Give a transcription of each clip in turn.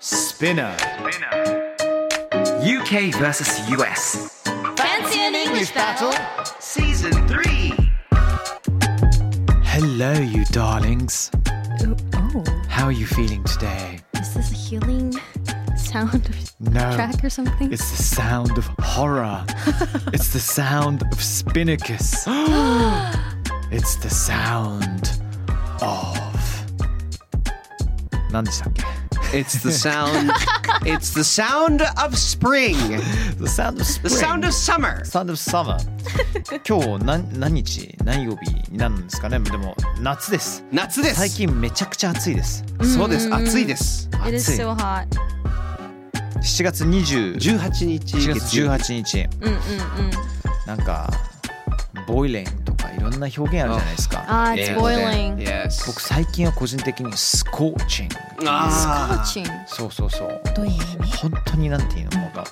Spinner. UK versus US. Fancy an English battle? Season 3. Hello, you darlings. Oh, How are you feeling today? is this a healing sound of No. track or something? It's the sound of horror. it's the sound of Spinnacus. it's the sound of. 何でしたっけ It's the sound. it's the sound of spring. The sound of spring. The sound of summer. Sound of summer. 今日何何日何曜日になるんですかねでも夏です。夏です。最近めちゃくちゃ暑いです。そうです。暑いです。 it is 暑い so hot. 7月20。 18日7月月曜18日日うんうんうん。なんかボイレンとかいろんな表現あるじゃないですか。 Ah, it's 英語で boiling. Yes. 僕最近は個人的にスコーチング。あ Scorching. そうそうそう。どういう意味本当になんていうのもうか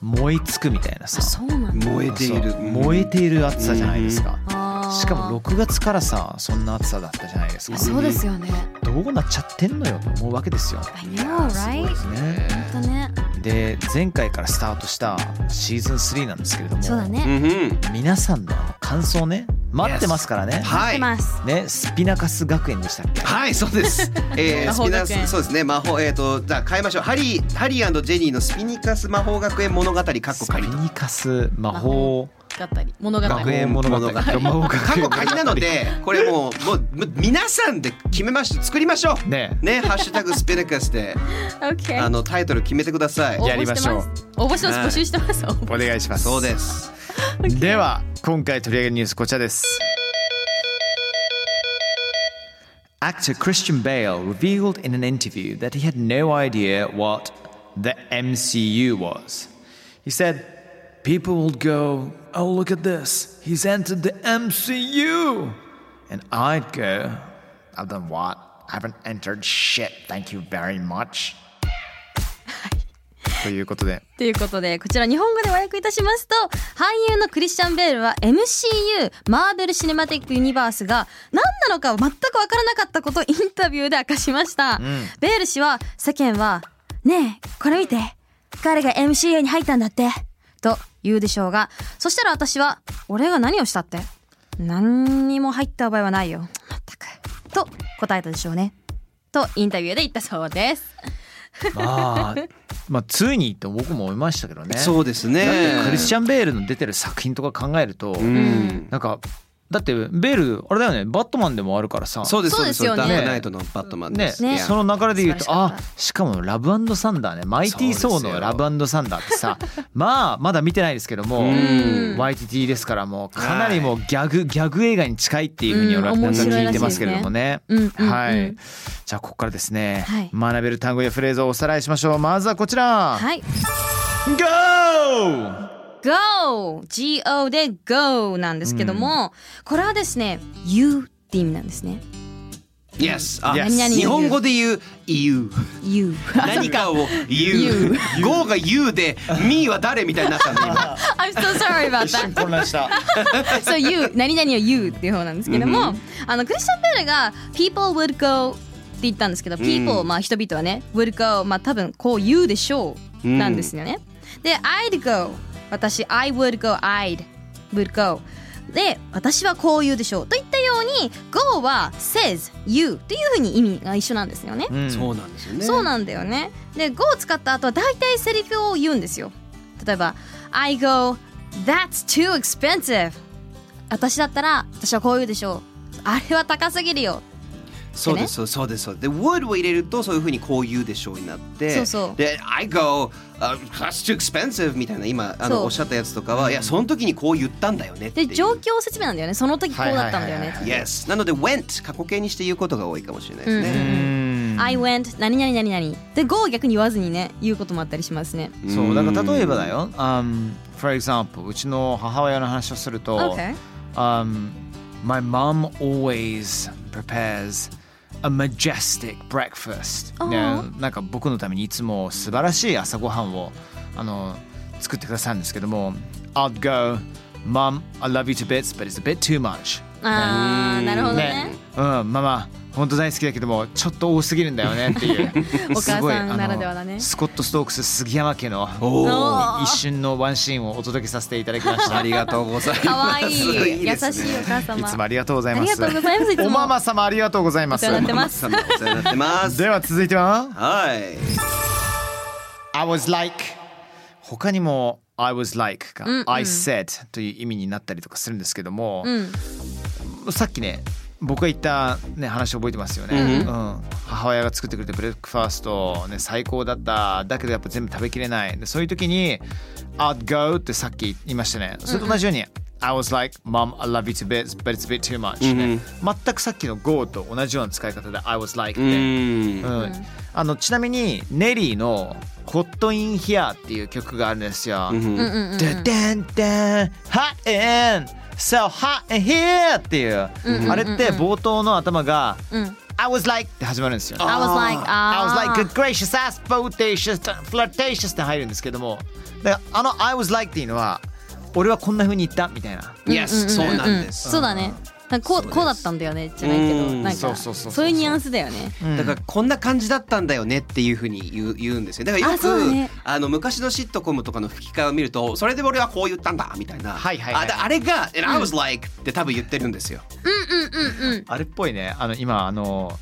燃え尽くみたいなさ。あ、そうなんーだ。燃えている。そう燃えている暑さじゃないですか。あーしかも6月からさそんな暑さだったじゃないですか。そうですよね。どうなっちゃってんのよと思うわけですよ。 I know, right? ね、ほんとね。で前回からスタートしたシーズン3なんですけれどもそうだうね。んうん。皆さんのあの感想ね待ってますからね。は来てい。ます。ね、スピナカス学園でしたっけはい、そうです。えー、 魔ス法ピナ学園ス、そうですね、魔法、えっ、と、じゃあ変えましょう。ハリー、ハリージェニーのスピニカス魔法学園物語、カッコスピ仮と。ニカス魔法だったり、物語。学園物語魔法魔法カ学ッ園物語コ仮なので、これもう、もう、む皆さんで決めましょう。作りましょう。ねね、ハッシュタグスピニカスで、あ OK。の、タイトル決めてください。応募やりましょうてます。応募してます。はい募集してます。応募お願いしますそうです。では今回取り上げるニュースこちらです Actor Christian Bale revealed in an interview that he had no idea what the MCU was. He said, People will go, Oh, look at this. He's entered the MCU. And I'd go, I've done what? I haven't entered shit. Thank you very much. ということで。ということでこちら日本語で和訳いたしますと俳優のクリスチャン・ベールは MCU マーベル・シネマティック・ユニバースが何なのか全く分からなかったことをインタビューで明かしました、ベール氏は世間は「ねえこれ見て彼が MCU に入ったんだって」と言うでしょうがそしたら私は「俺が何をしたって何にも入った覚えはないよ全く」と答えたでしょうねとインタビューで言ったそうですまあ、まあ、ついにって僕も思いましたけどね。そうですね。だってクリスチャン・ベールの出てる作品とか考えると、うん。なんかだってベールあれだよねバットマンでもあるからさそうです、そうですよねダークナイトのバットマンでねす。いやその流れで言うと素晴らしかあったしかも「ラブサンダーね」マイティー・ソーそうですの「よラブサンダー」ってさまあまだ見てないですけども。うん。 YTT ですからもうかなりもうギャグ、ギャグ映画に近いっていうふうにうん俺はなんか面白い聞らいしいてですねますけれどもね。うんうんうんはい。じゃあここからですね、はい学べる単語やフレーズをおさらいしましょう。まずはこちら。はい Go! Go! G-O で Go なんですけども、これはですね、You って意味なんですね。 Yes。あ Yes 何々日本語で言う EU。 You。何かを言う GO が YOU で ME は誰みたいになったんで今 I'm so sorry about 一瞬 that. 混乱した。 so You、何々を You っていう方なんですけども、あのクリスチャン・ベルが People would go って言ったんですけど、People、まあ人々はね、would go、まあ多分こう言うでしょうなんですよね。で、I'd go。私、I would go, I'd would go。で、私はこう言うでしょう。といったように、go は says, you というふうに意味が一緒なんですよね。そうなんですよねそうなんだよね。で、go を使った後は大体セリフを言うんですよ。例えば、I go, that's too expensive. 私だったら、私はこう言うでしょう。あれは高すぎるよ。そうですそうそうですそうですで would を入れるとそういうふうにこう言うでしょうになってそうそうで I go uh, that's too expensive みたいな今あそうのおっしゃったやつとかはいやその時にこう言ったんだよねっていで、う状況説明なんだよね。その時こうだったんだよはいはいはいねは。 Yes なので went 過去形にして言うことが多いかもしれないですうねん I went 何々何々で go を逆に言わずにね言うこともあったりしますねそうだから例えばだよ、um, for example うちの母親の話をすると、 Okay um, My mom always prepares a majestic breakfast、ね、なんか僕のためにいつも素晴らしい朝ごはんをあの作ってくださるんですけども I'd go Mom, I love you to bits, but it's a bit too much あーなるほどねうん、ママ本当大好きだけどもちょっと多すぎるんだよねっていう お母さんすごいあのならではだねスコット・ストークス杉山家のおー一瞬のワンシーンをお届けさせていただきま したありがとうございます。かわ いいいい優でしいすねお母い様つもありがとうございますありがとうございますいつもおママ様ありがとうございまおす世話になってマまマすさんもお世話になってます。では続いてははい。 I was like 他にも I was like か、んうん I said という意味になったりとかするんですけども、うんさっきね僕が言った、ね、話覚えてますよね、うん母親が作ってくれたブレックファースト、ね、最高だっただけどやっぱ全部食べきれないでそういう時に「I'd go」ってさっき言いましたねそれと同じように「I was like mom I love you to bits but it's a bit too much ね」全くさっきの「go」と同じような使い方で「I was like」うって。ん。うん、あのちなみにネリーの「ホットインヒアっていう曲があるんですよ。ででんでん「ハッエン」「So hot in here」っていう、あれって冒頭の頭が「I was like」って始まるんですよ。 I was like I was like ah good gracious ass bodacious flirtatious って入るんですけどもであの I was like っていうのは俺はこんな風に言ったみたいな Yes、そうなんです。そうだねなんかこうこうだったんだよねじゃないけどなんそうかそうそうそうそういうニュアンスだよねだからこんな感じだったんだよねっていうふうに言う言うんですよ。だからよあそうだくあ、ねの昔のシットコムとかの吹き替えを見ると、それで俺はこう言ったんだみたいな。はいはいはいあだあれが、and I was like って多分言ってるんですよ。あれっぽいねあの今あの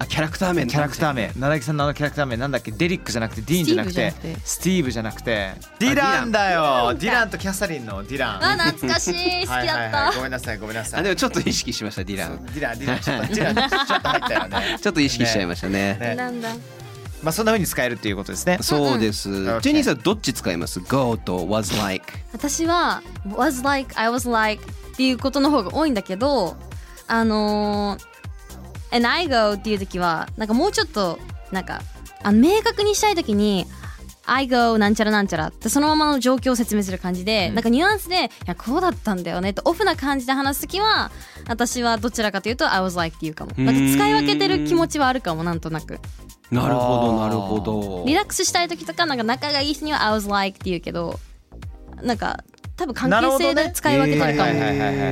あキャラクター名キャラクター名、奈良木さんのあのキャラクター名なんだっけ、デリックじゃなくて、ディーンじゃなくてスティーブじゃなく、てスティーブじゃなくて、ディランだよディランとキャサリンのディラン。あ懐かしい好はきいはいだっはいたごめんなさい、ごめんなさあい。でデもちょっと意識しましたディラン。ィラン、ディラン、ちょっと、ディラ ン、ちょっと入ったよね。ちょっと意識しちゃいましたね。ねなんだまあそんな風に使えるっていうことですね。そうです。 Okay ジェニーさんどっち使います ?Go と was like。私は「was like I was like」っていうことの方が多いんだけどあのー「and I go」っていう時はなんかもうちょっとなんかあの明確にしたい時に「I go なんちゃらなんちゃら」ってそのままの状況を説明する感じで、なんかニュアンスで「いやこうだったんだよね」ってオフな感じで話す時は私はどちらかというと「I was like」っていうかもなんか使い分けてる気持ちはあるかもなんとなくなるほあどーなるほどリ。ラックスしたい時とかなんか仲がいい人には「I was like」って言うけどなんか多分関なる係ほど性でね使い分けてるかはも、いはいはいはいはうんい。うんう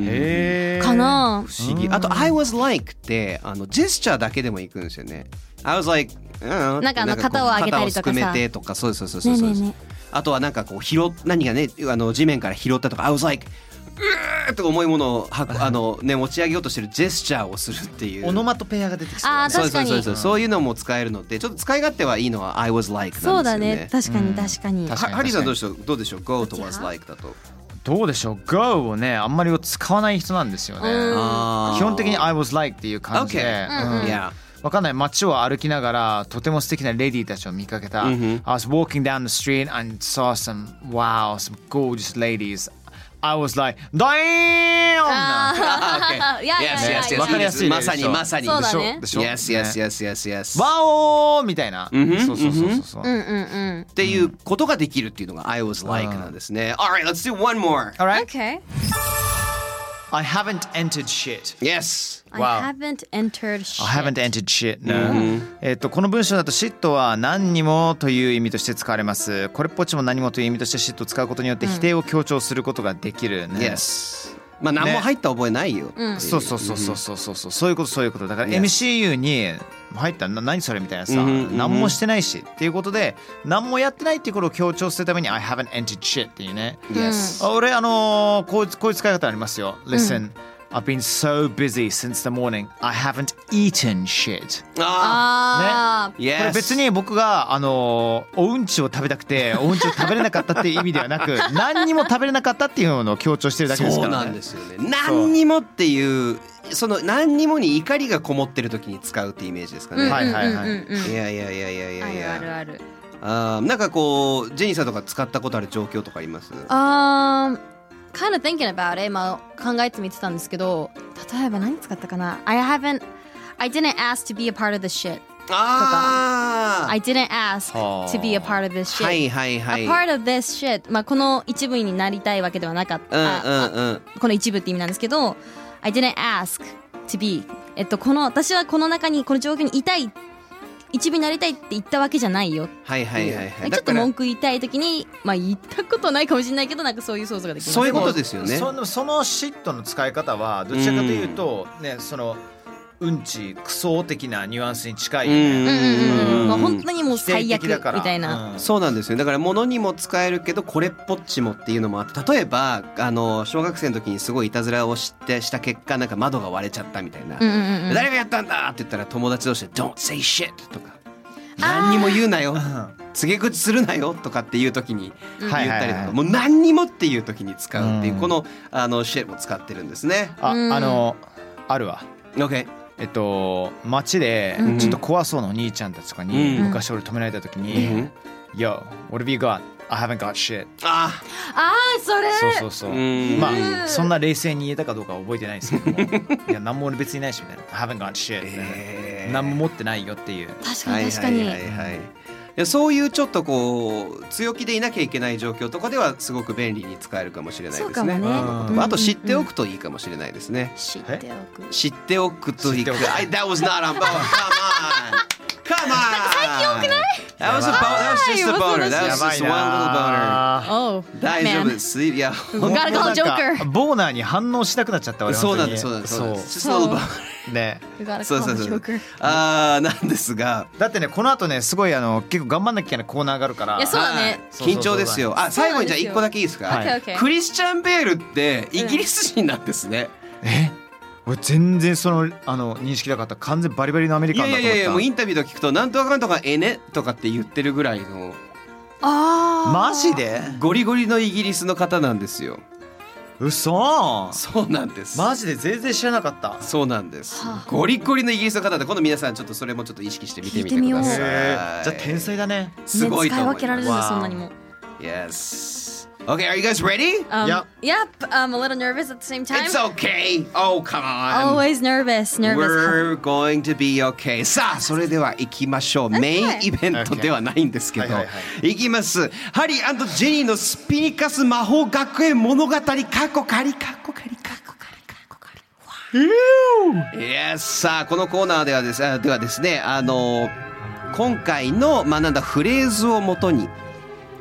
んへーか。な不思議。あと I was like ってあのジェスチャーだけでもいくんですよね。I was like うんうんなんかあのこう肩を上げたり肩とかさをすくめてとかそうですそうですねそうえですねえねあとはなんかこう拾っ何がねあの地面から拾ったとか I was like うーっと重いものをはあのね持ち上げようとしてるジェスチャーをするっていう。オノマトペアが出てきそうあだーね。そうそう確かにそうそうそういうのも使えるのでちょっと使い勝手はいいのは I was like なんそうですよだねね。確かに確かに、確かはにハリーさんどうでしょうどうでしょう Go to was like だと。どうでしょう ?Go をね、あんまりを使わない人なんですようんね。あー基本的に I was like っていう感じで。 Okay うん Yeah. わかんない街を歩きながらとても素敵なレディーたちを見かけた。 Mhm. I was walking down the street and saw some wow, some gorgeous ladies. I was like, damn! あー いやいやいや Yes, yes, yes, い yes. わかりやすいねまさにまさに。そうだねでしょ Yes, yes, ね yes, yes, yes. わおーみたいな。 Mhm, そうそうそうそうそう。うんうんうんっていうことができるっていうのが I was like なんですね。Alright, let's do one more. Alright? OK I haven't entered shit. Yes. I Wow. haven't entered shit I haven't entered shit. No. えっと、この文章だと shit は何にもという意味として使われます。これっぽっちも何もという意味として shit を使うことによって否定を強調することができるね。 Yes. まあ何も入った覚えないよ。そうそうそうそうそうそうそうそういうことそういうことだから Yes. MCU に入ったな何それみたいなさうんうんうん何もしてないしっていうことで何もやってないっていうことを強調するために I haven't entered shit っていうね Yes. あ俺あのーこういうこういう使い方ありますよ Listen I've been so busy since the morning I haven't eaten shit ああー、ー Yes. これ別に僕があのーおうんちを食べたくておうんちを食べれなかったっていう意味ではなく何にも食べれなかったっていうのを強調してるだけですそかうらなんねですよね。何にもっていうその何にもに怒りがこもってる時に使うってイメージですかうんうんね。はいうんはいはいうんうんいやいやいやいやいやいあるあるや。あるあーなんかこうジェニーさんとか使ったことある状況とかあります？あー kind of thinking about it まあ考えてみてたんですけど例えば何使ったかな I haven't I didn't ask to be a part of this shit. ああ I didn't ask はあ to be a part of this は shit. いはいは A い part of this shit. まあこの一部になりたいわけではなかっうんた。うんうんこの一部って意味なんですけど I didn't ask to be えっとこの私はこの中にこの状況にいたい一部になりたいって言ったわけじゃないよはいはいはいはいちょっとだから文句言いたい時にまあ言ったことないかもしれないけどなんかそういう想像ができますそういうことですよねそのその嫉妬の使い方はどちらかというと、ねそのうんちクソ的なニュアンスに近いようんね、うんうんうん、まあ、うん本当にもう最否定悪的だからみたいな、うんそうなんですよだから物にも使えるけどこれっぽっちもっていうのもあって例えばあの小学生の時にすごいいたずらをしてした結果なんか窓が割れちゃったみたいな、うんうんうんうん、誰がやったんだって言ったら友達同士で「Don't say shit」とか「あー何にも言うなよん」 「告げ口するなよ」とかっていう時に言ったはいりはいはいとかもう何にもっていう時に使うっていううんこの「あの shit」を使ってるんですね。あうんあのあるわ OK えっと街でうんちょっと怖そうなお兄ちゃんたちとかに、うん昔俺止められた時うにん「Yo what have you got? I haven't got shit あ」ああそれそうそうそううんまうんあそんな冷静に言えたかどうかは覚えてないですけどもいや何も俺別にないしみたいな「I haven't got shit」えー何も持ってないよっていう確かに確かに、はいはいはいはいいやそういうちょっとこう強気でいなきゃいけない状況とかではすごく便利に使えるかもしれないそうでかすもね。ね、うんあと知っておくといいかもしれないですね。知っておく知っておくといいか。知っておく I- That was not on board. Come on. Come on. 最 That was a boner. That was just a boner. That や was ば just い one little boner. なあ Oh 大丈夫 man です。いや、 We な gotta call んか Joker ボーナーに反応したくなっちゃった俺 そうなん本当でにす。そうなんです。そうなんです。そ Just a little boner. そううね We gotta そうそう call そう Joker。ああ、なんですが。だってねこの後ねすごいあの結構頑張んなきゃいけないコーナーがあるからいやそうだねはい緊張ですよ。あ、そう最な後んにですじゃあよ一個だけいいですか。はい OK OK クリスチャン・ベールってイギリス人なんですね。え俺全然そのあの認識なかった完全バリバリのアメリいカやンいだやと思ったいやいやもうインタビューの時聞くとなんとかかんとかえねとかって言ってるぐらいのああマジでゴリゴリのイギリスの方なんですよ。嘘そうなんです。マジで全然知らなかったそうなんですはあ。ゴリゴリのイギリスの方で今度皆さんちょっとそれもちょっと意識して見てみて聞いてみくようだへさい。えじゃあ天才だねすごいとね、使い思いま分す。けられるんわであすそんなにも Yes. Okay, are you guys ready? Um, Yep. Yep. I'm a little nervous at the same time. It's okay. Oh, come on. Always nervous, nervous. We're going to be okay. さあ、それでは行きましょう。メインイベントではないんですけどはいはいは、行きます。ハリージェニーのスピリカス魔法学園物語、カッコカリ、カッコカリ、カッコカリ、カッコカリ。Yes さあ、このコーナーではですあではですね、あの今回の学んだフレーズをもとに、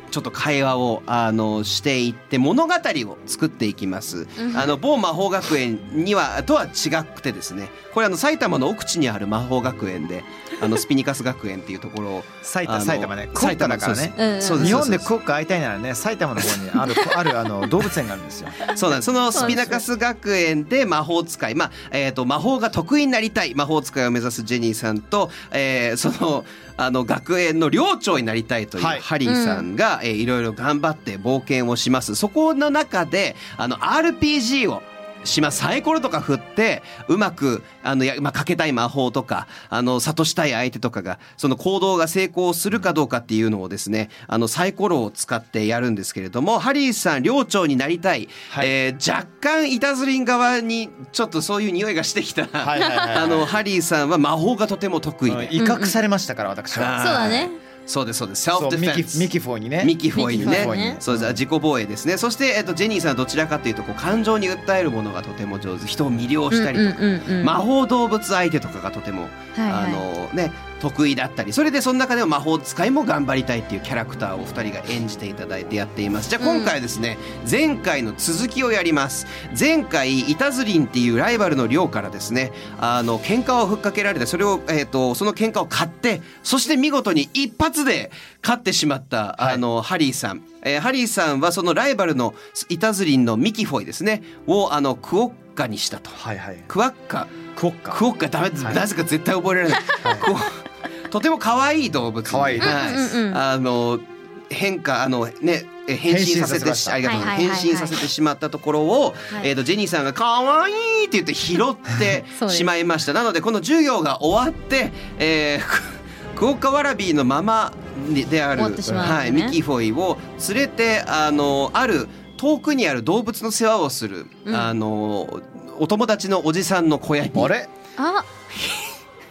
ちょっと会話をあのしていって物語を作っていきます。あの某魔法学園にはとは違くてですね、これあの埼玉の奥地にある魔法学園で、あのスピニカス学園っていうところを埼玉あの埼玉ね国家だから埼ね玉うんうんそうです日そう本すで国家会いたいならね埼玉の方にあるあるあの動物園があるんですよそうなんです。そのスピナカス学園で魔法使い、まあ、えっ、と、魔法が得意になりたい、魔法使いを目指すジェニーさんと、えーその、あの、学園の寮長になりたいというはいハリーさんが、えーいろいろ頑張って冒険をします。そこの中で、あの、RPG を、しますサイコロとか振ってうまくあのや、まあ、かけたい魔法とかあの諭したい相手とかがその行動が成功するかどうかっていうのをですねあのサイコロを使ってやるんですけれどもハリーさん寮長になりたい、はいえー若干イタズリン側にちょっとそういう匂いがしてきた、はいはいはいはいあのハリーさんは魔法がとても得意で、威嚇されましたから私はそうだ uh, ね。そうですそうですセルそフうディミフェンキスミキフォーにねミキフォイにミキねフォイねそうです自己防衛ですねそして、えっとジェニーさんはどちらかというとこう感情に訴えるものがとても上手人を魅了したりとか、うんうんうんうん魔法動物相手とかがとても、はいはいあのね得意だったりそれでその中でも魔法使いも頑張りたいっていうキャラクターをお二人が演じていただいてやっていますじゃあ今回はですね、前回の続きをやります前回イタズリンっていうライバルの寮からですねあの喧嘩をふっかけられてそれを、えっとその喧嘩を買ってそして見事に一発で勝ってしまった、あのハリーさん、えーハリーさんはそのライバルのイタズリンのミキフォイですねをあのクオッカにしたと。はいはいクワッカ国家クオッカダメです、はいなぜか絶対覚えられない、こうとても可愛い動物可愛いはうんうんうんあの変化あのねえ変身させて変身させましたありがとうございますはいはいはいはい変身させてしまったところを、はいえー、とジェニーさんが可愛いって言って拾って そうですしまいましたなのでこの授業が終わって、えー、クオッカワラビーのままにである終わってしまうんですねはい、ミキフォイを連れてあのある遠くにある動物の世話をする、うん Oh, あのお友達のおじさんの小屋にあれあ、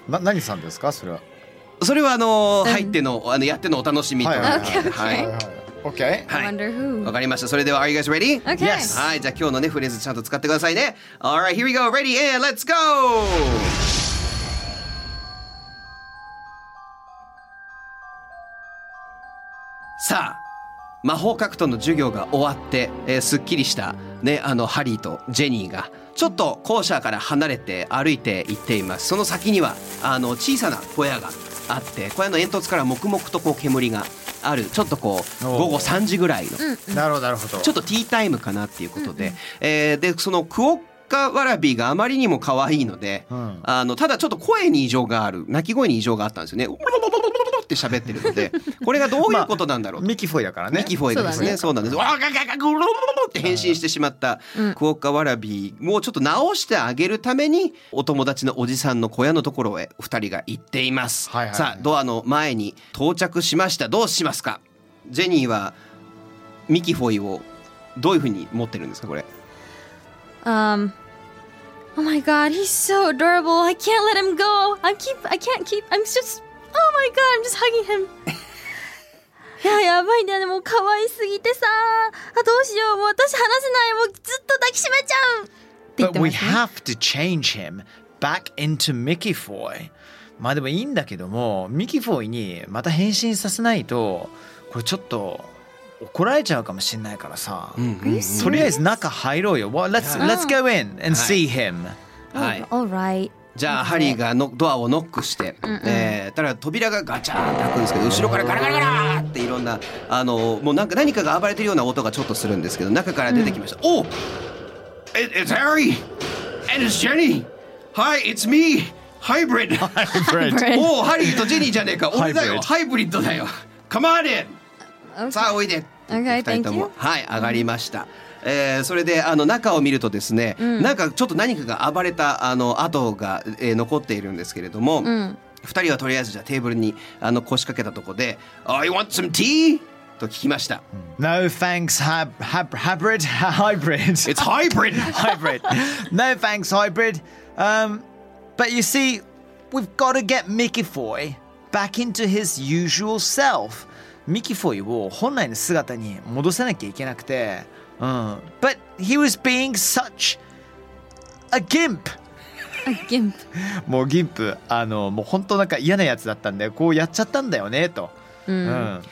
な何さんですかそれは。それはあのーうん入ってのあのやってのお楽しみとはいはいはいははいいはい。OK。はい wonder わ who. かりました。それでは、Are you guys ready? Okay. Yes. はい、じゃあ今日のね、フレーズちゃんと使ってくださいね。Alright, here we go. Ready and let's go! さあ、魔法格闘の授業が終わって、えーすっきりした、ね、あの、ハリーとジェニーが、ちょっと校舎から離れて歩いて行っています。その先には、あの、小さな小屋があって、小屋の煙突から黙々とこう煙がある、ちょっとこう、おう午後3時ぐらいの、 なるほどなるほど。ちょっとティータイムかなっていうことで、えーでそのクオッカワラビーがあまりにも可愛いので、うんあのただちょっと声に異常がある鳴き声に異常があったんですよね。 って喋ってるのでこれがどういうことなんだろうとミキフォイだからね。ミキフォイがですね、そうなんです。わーガガガグロロロロって変身してしまったうんクオッカワラビーをちょっと直してあげるために、お友達のおじさんの小屋のところへ二人が行っています。はいはいさあ、ドアの前に到着しました。どうしますかジェニーはミキフォイをどういうふうに持ってるんですかこれ。 Um. Oh my god, he's so adorable. I can't let him go. I keep. I can't keep. I'm just. Oh my god, I'm just hugging him. いや、やばいね。でも、可愛すぎてさ。あ、どうしよう。もう私話せない。もうずっと抱きしめち Mm. ゃう。って言っ But てま we すね。 have to change him back into Mickey Foy. まあでもいいんだけども、ミキフォイにまた変身させないと、これちょっと怒られちゃうかもしれないからさ。とりあえず中入ろうよ。Well, let's, はい let's go in and see him. はい。 Oh, alright. じゃあハリーがのドアをノックして、えーただ扉がガチャーンって開くんですけど後ろからガラガラガラーっていろんなあのもうなんか何かが暴れてるような音がちょっとするんですけど中から出てきました。お It, it's Harry and it's Jenny. Hi, it's me. Hybrid. おおハリーとジェニーじゃねえか。俺だよ。 Hybrid ハイブリッドだよ。Come on in. さあおいで。 Okay, 二人と thank you. もはい上がりました。えーそれであの中を見るとですね、なんかちょっと何かが暴れたあの跡が、えー残っているんですけれども、二ん人はとりあえずじゃあテーブルにあの腰掛けたとこで「Oh, you want some tea?」と聞きました。 No thanks, hab, hab, hybrid, hybrid. It's hybrid. hybrid. No thanks, hybrid. Um, but you see, we've got to get Mickey Foy back into his usual self. ミキフォイを本来の姿に戻さなきゃいけなくて、うん、But Uh, he was being such a gimp! ギンプ。もうギンプ、あの、もう本当なんか嫌なやつだったんで、こうやっちゃったんだよね、と。うん。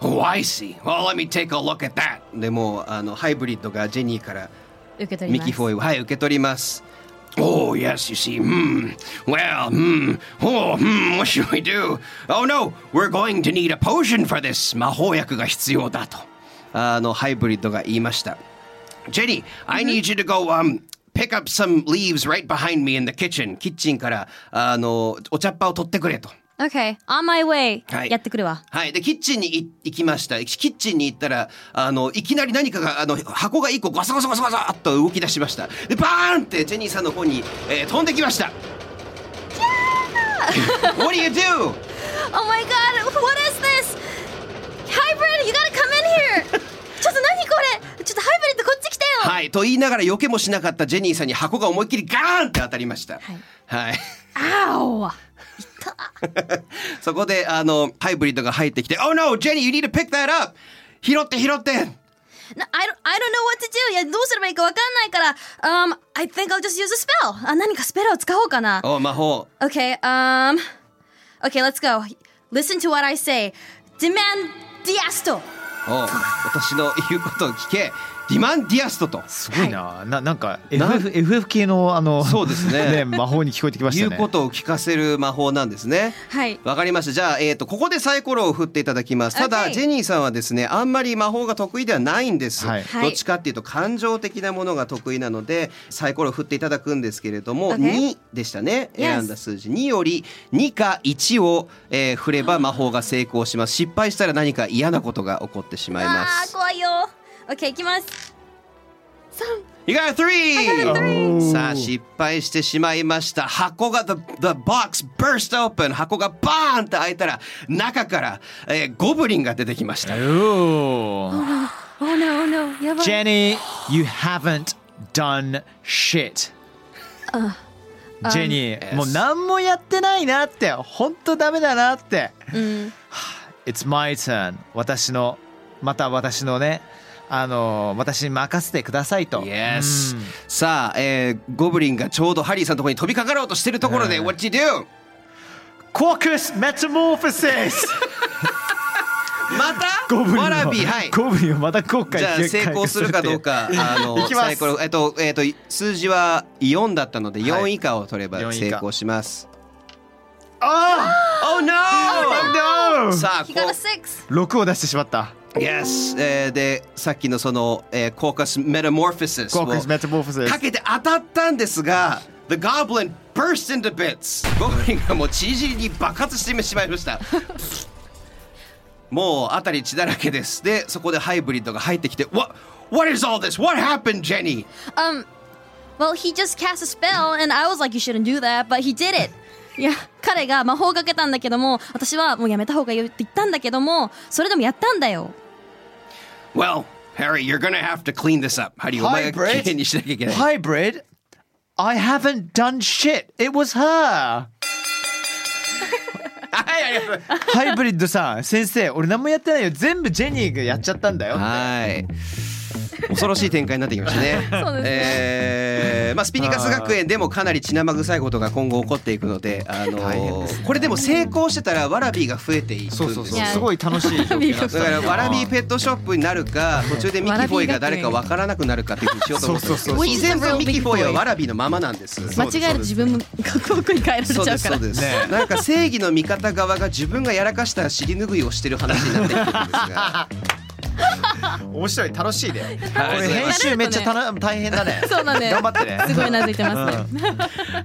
oh, I see. Well, let me take a look at that. でもうあのハイブリッドがジェニーから受け取りミます。キフォイをはい受け取ります。Oh, yes, you see. Hmm. Well, hmm. Oh, hmm. What should we do? Oh, no. We're going to need a potion for this. 魔法薬が必要だと。あの、ハイブリッドが言いました。Jenny, I need you to go, um, pick up some leaves right behind me in the kitchen. キッチンから、あの、お茶っ葉を取ってくれと。 Okay, on my way. はいやってくるわ。はい。で、キッチンにい行きました。キッチンに行ったら、あの、いきなり何かが、あの、箱が一個ガサガサガサガサっと動き出しました。で、バーンってジェニーさんの方に、えー飛んできました。What do you do? Oh my god, what is this? Hybrid, you gotta come in here! ちょっと何これちょっとハイブリッドこっち来てよ、はい。と言いながら、避けもしなかったジェニーさんに箱が思いっきりガーンって当たりました。いはい。あおそこで、あの、ハイブリッドが入ってきて、Oh no, Jenny, you need to pick that up! 拾って拾ってな I, don't, I don't know what to do! いや、どうすればいいかわかんないから、um, I think I'll just use a spell! あ、何かスペルを使おうかな。おう魔法。 Okay, um... Okay, let's go. Listen to what I say. Demand Diasto! おう私の言うことを聞け。ディマンディアストと。すごいな。な、なんかな FF、FF 系の、あの、そうですね 魔法に聞こえてきました言ね。うことを聞かせる魔法なんですね。はいわかりました。じゃあ、えっ、と、ここでサイコロを振っていただきます。ただ、 Okay ジェニーさんはですね、あんまり魔法が得意ではないんです。はいはいどっちかっていうと、感情的なものが得意なので、サイコロを振っていただくんですけれども、 Okay 2でしたね。 Yes 選んだ数字。2より2か1を、えー振れば魔法が成功します。失敗したら何か嫌なことが起こってしまいまあー、す。怖いよ。Okay, いきます。 You got a three! three! さあ失敗してしまいました。箱が the, the box burst open 箱がバーンって開いたら中から、えーゴブリンが出てきました。 Ooh. Oh no, oh no, やばい。 Jenny, you haven't done shit. ジェニー、もう何もやってないなって、本当ダメだなって。うん。 It's my turn. 私の、また私のね、あの、私に任せてくださいと。 Yes うんさあ、えーゴブリンがちょうどハリーさんのところに飛びかかろうとしてるところで、うん What you do? Caucus Metamorphosis! また ゴブリンをわらびはいゴブリンをまた後悔じゃあ成功するかどうかあ のいきますサイコロえっとえっと数字は4だったのでは4い以下を取れば4以成下功します、あ Oh no! あ !No! さあこ He got a six. 6を出してしまった。う Yes、え eh, ーでさっきのその、えー、コーカスメタモーフィシスを Caucus Metamorphosis。かけて当たったんですが The Goblin burst into bits ゴブリンがもうちりじりに爆発してしまいましたもう辺り血だらけですでそこでハイブリッドが入ってきて What, what is all this? What happened, Jenny? Um, well, he just cast a spell, and I was like, you shouldn't do that, but he did it. いや彼が魔法をかけたんだけども私はもうやめた方がいいよって言ったんだけどもそれでもやったんだよ Well, Harry, you're gonna have to clean this up. ハリー、お前が Hybrid？きれいにしなきゃいけない。 Hybrid? I haven't done shit. It was her. はい、ありがとうございますハイブリッドさ ん、先生、俺何もやってないよ。全部ジェニーがやっちゃったんだよ。はい。恐ろしい展開になってきましたね。 そうですねえーまあスピニカス学園でもかなり血生臭いことが今後起こっていくので、あのこれでも成功してたらワラビーが増えていくんですよ。いやすごい楽しい状況だっだからワラビーッペットショップになるか途中でミキフォイが誰かわからなくなるかっていうふうにしようと思ってたんですけどそうそうそ全う部ミキフォイはワラビーのままなんです。間違えると自分もかっこよくに変えられちゃそううかでらすそうです、ねなんか正義の味方側が自分がやらかした尻拭いをしてる話になってきてるんですが面白い、楽しいで。はいこれ編集めっちゃたな大変だね。そうだね頑張ってね。すごいなずいてますね、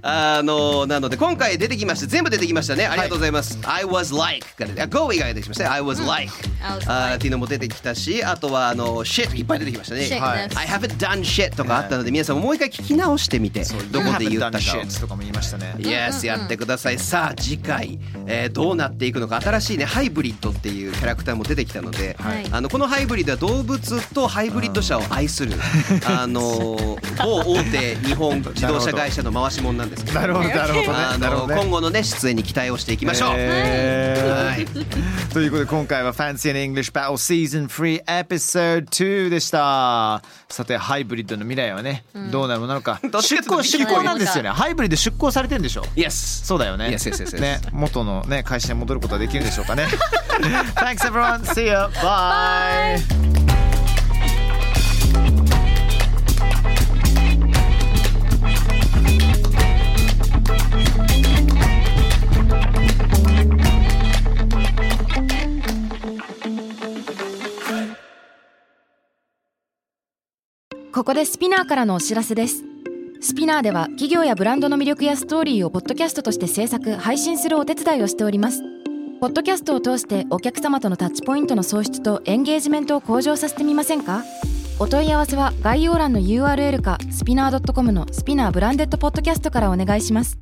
あのなので今回出てきました全部出てきましたねありがとうございます、I was like が出てあ Go 以外が出てきましたね I was like、 I was like あーっていうのも出てきたしあとはあの shit いっぱい出てきましたね Shit はい I haven't done shit とかあったので皆さんもう一回聞き直してみてどこで言ったかを You haven't done shit とかも言いましたね。 Yes やってくださいさあ次回、えーどうなっていくのか新しいねハイブリッドっていうキャラクターも出てきたので、はいあのこのハイブリッドは動物とハイブリッド車を愛する、 あのー某大手日本自動車会社の回し者なんですけ どなるほど、なるほどあね。なるのほどね今。後のね出演に期待をしていきましょう、えはいーということで今回は Fancy and English Battle Season 3 Episode 2でしたさてハイブリッドの未来はね、どうなるものなのか どっちか出とい向うと出向なんですよねハイブリッド出向されてるんでしょ Yes そうだよね Yes, yes, yes, yes. ね元のね会社に戻ることはできるんでしょう かね Thanks everyone see you bye. Podcast ここでスピナーからのお知らせですスピナーでは企業やブランドの魅力やストーリーをポッドキャストとして制作配信するお手伝いをしておりますポッドキャストを通してお客様とのタッチポイントの創出とエンゲージメントを向上させてみませんかお問い合わせは概要欄の URL かスピナー .com のスピナーブランデッドポッドキャストからお願いします